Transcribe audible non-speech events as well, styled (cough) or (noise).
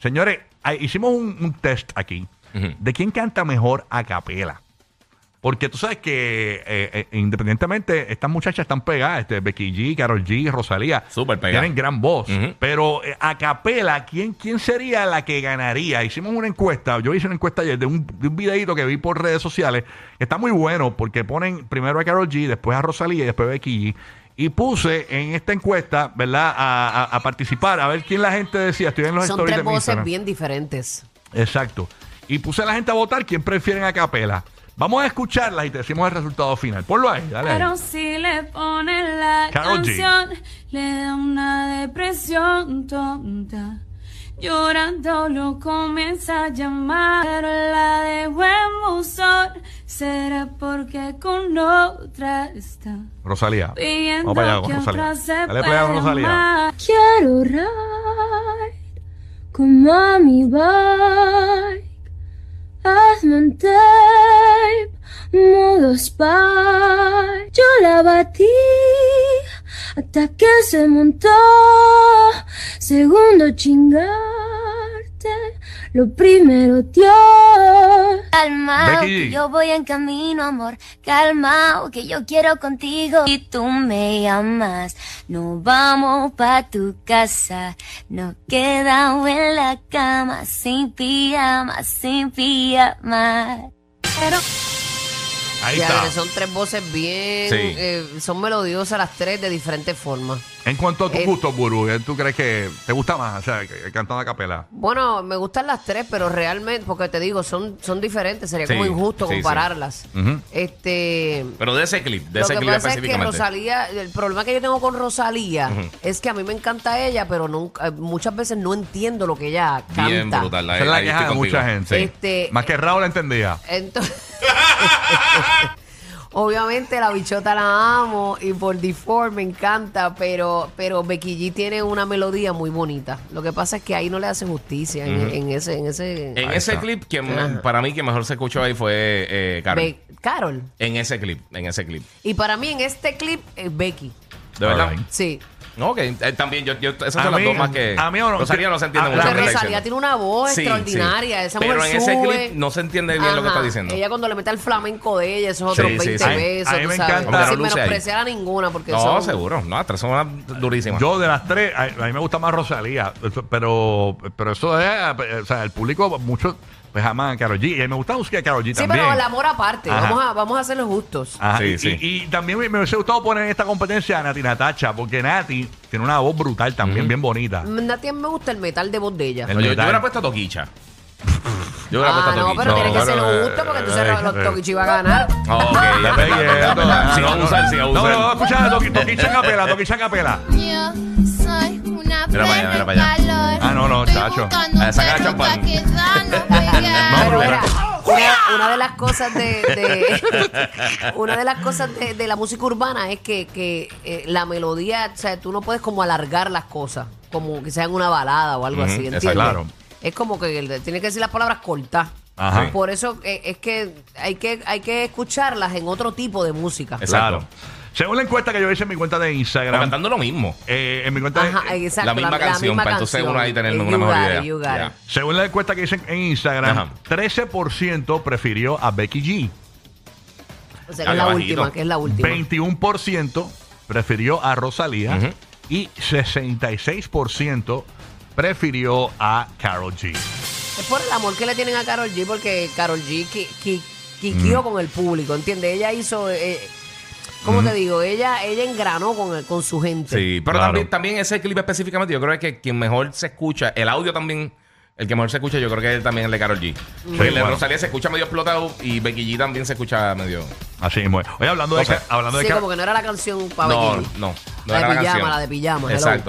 Señores, ah, hicimos un, un test aquí de quién canta mejor a capela. Porque tú sabes que eh, eh, independientemente, estas muchachas están pegadas, este, Becky G, Carol G, Rosalía. Súper pegadas. Tienen gran voz. Pero eh, a capela, ¿quién, ¿quién sería la que ganaría? Hicimos una encuesta, yo hice una encuesta ayer de un, de un videito que vi por redes sociales. Está muy bueno porque ponen primero a Carol G, después a Rosalía y después a Becky G. Y puse en esta encuesta, ¿verdad?, a, a- a participar, a ver quién la gente decía. Estoy en los Son stories de tres mi voces Instagram. bien diferentes. Exacto. Y puse a la gente a votar quién prefieren a capela. Vamos a escucharlas y te decimos el resultado final. Ponlo ahí, dale. ahí. Pero si le ponen la Karol G. canción, le da una depresión tonta. Llorando lo comienza a llamar, pero la de buen buzón. Será porque con otra está Rosalía. pidiendo Vamos para allá con que Rosalía. otra se Dale play a pueda Rosalía. amar. Quiero ride como mi bike. Hazme un tape, modo spy. Yo la batí hasta que se montó. Segundo chingarte, lo primero Dios. Calmao, Becky G. que yo voy en camino, amor. Calmao, que yo quiero contigo y tú me amas. No vamos pa' tu casa, nos quedamos en la cama sin pijama, sin pijama. Ahí Ya, está. que son tres voces bien, Sí. eh, son melodiosas las tres de diferentes formas. En cuanto a tu Eh. gusto, Buru, ¿eh? ¿tú crees que te gusta más? O sea, que- que cantando a capela. Bueno, me gustan las tres, pero realmente, porque te digo, son, son diferentes, sería Sí, como injusto sí, sí. compararlas. Ujú. Este, Pero de ese clip, de lo ese que clip pasa es que específicamente. Rosalía, el problema que yo tengo con Rosalía es que a mí me encanta ella, pero nunca, eh, muchas veces no entiendo lo que ella canta. Bien brutal. Esa es la ahí queja de estoy mucha contigo. gente. Este- Más que Raúl entendía. Entonces, (laughs) obviamente la bichota la amo y por default me encanta, pero, pero Becky G tiene una melodía muy bonita. Lo que pasa es que ahí no le hace justicia en, en ese, en ese En Ahí ese está. clip, quien me- para mí, quien mejor se escuchó ahí fue eh, Carol. Be- Carol. En ese clip, en ese clip. Y para mí en este clip es Becky. De verdad. Alright. Sí. No, que eh, también yo, yo- esas A son las mí- dos más que. a mí o no- Rosalía no se entiende a- mucho la lo que Pero está Rosalía diciendo. tiene una voz Sí, extraordinaria. sí. Esa Pero mujer en ese sube. clip no se entiende bien lo que está Ajá. diciendo. Ella cuando le mete el flamenco de ella, esos Sí, otros sí, 20 sí. besos, A mí tú me sabes. encanta- Pero Sin luce ahí. menospreciar a ninguna porque No, son- seguro. No, las tres son unas durísimas. Yo de las tres, a, a mí me gusta más Rosalía, eso- pero, pero eso es, eh, o sea, el público, muchos, pues aman a Karol G. Y me gusta la música de Karol G Sí, también. pero el amor aparte. Ajá. Ah. Vamos a, vamos a hacerlo justos. Ajá, Sí, y, sí. y- y también me, me hubiese gustado poner en esta competencia a Nati Natacha, porque Nati tiene una voz brutal también, bien bonita. Nati Mm, me gusta el metal de voz de ella. El- No, yo, yo metal. hubiera puesto a Toquicha. Yo hubiera Ah, puesto a no, Toquicha. pero tiene que No, ser no, justo porque tú eh, sabes eh, los eh. Tokichi va a ganar. Ok, ya Está está, ya yendo, está. ah, Si va a no, usar, no. si va a No, no, no, usar. escucha, Toqui- Toquicha Capela, Toquicha Capela. Yo soy una Mira para allá, mira perra para allá. calor. Ah, no, no, Estoy chacho. buscando Ah, saca la un perro champán. pa' quedarnos (laughs) pegados. No, Pero pero- mira, una, una de las cosas de, de- (laughs) una de las cosas de, de la música urbana es que, que, eh, la melodía, o sea, tú no puedes como alargar las cosas, como que sean una balada o algo Ujú, así, ¿entiendes? exacto. Claro. Es como que el- tiene que decir las palabras cortas. Ajá. Por eso eh, es que hay que hay que escucharlas en otro tipo de música. Exacto. Claro. Según la encuesta que yo hice en mi cuenta de O Instagram, Cantando lo mismo. eh, en mi cuenta de- Ajá, exacto, la misma canción, para entonces uno ahí tener una mejor idea. You got it, you got it. según la encuesta que hice en Instagram, Ajá. 13% prefirió a Becky G, Ah, O sea, que es la bajito. última, que es la última. 21% prefirió a Rosalía Ujú. y 66% prefirió a Carol G. Es por el amor que le tienen a Carol G, porque Carol G qui- qui- Mm. quiquió con el público, ¿entiendes? Ella hizo, eh, ¿cómo te digo? Ella ella engranó con, el- con su gente. Mm. Sí, pero Claro. también, también ese clip específicamente, yo creo que quien mejor se escucha, el audio también, el que mejor se escucha, yo creo que es también el de Carol G. Porque el de bueno. Rosalía se escucha medio explotado y Becky G también se escucha medio. Así mismo. es. Oye, hablando de, No sé. Ca- hablando de Sí, Ca- como que no era la canción para No, Becky G. no, no La de era pijama, canción. la de pijama, hello. Exacto.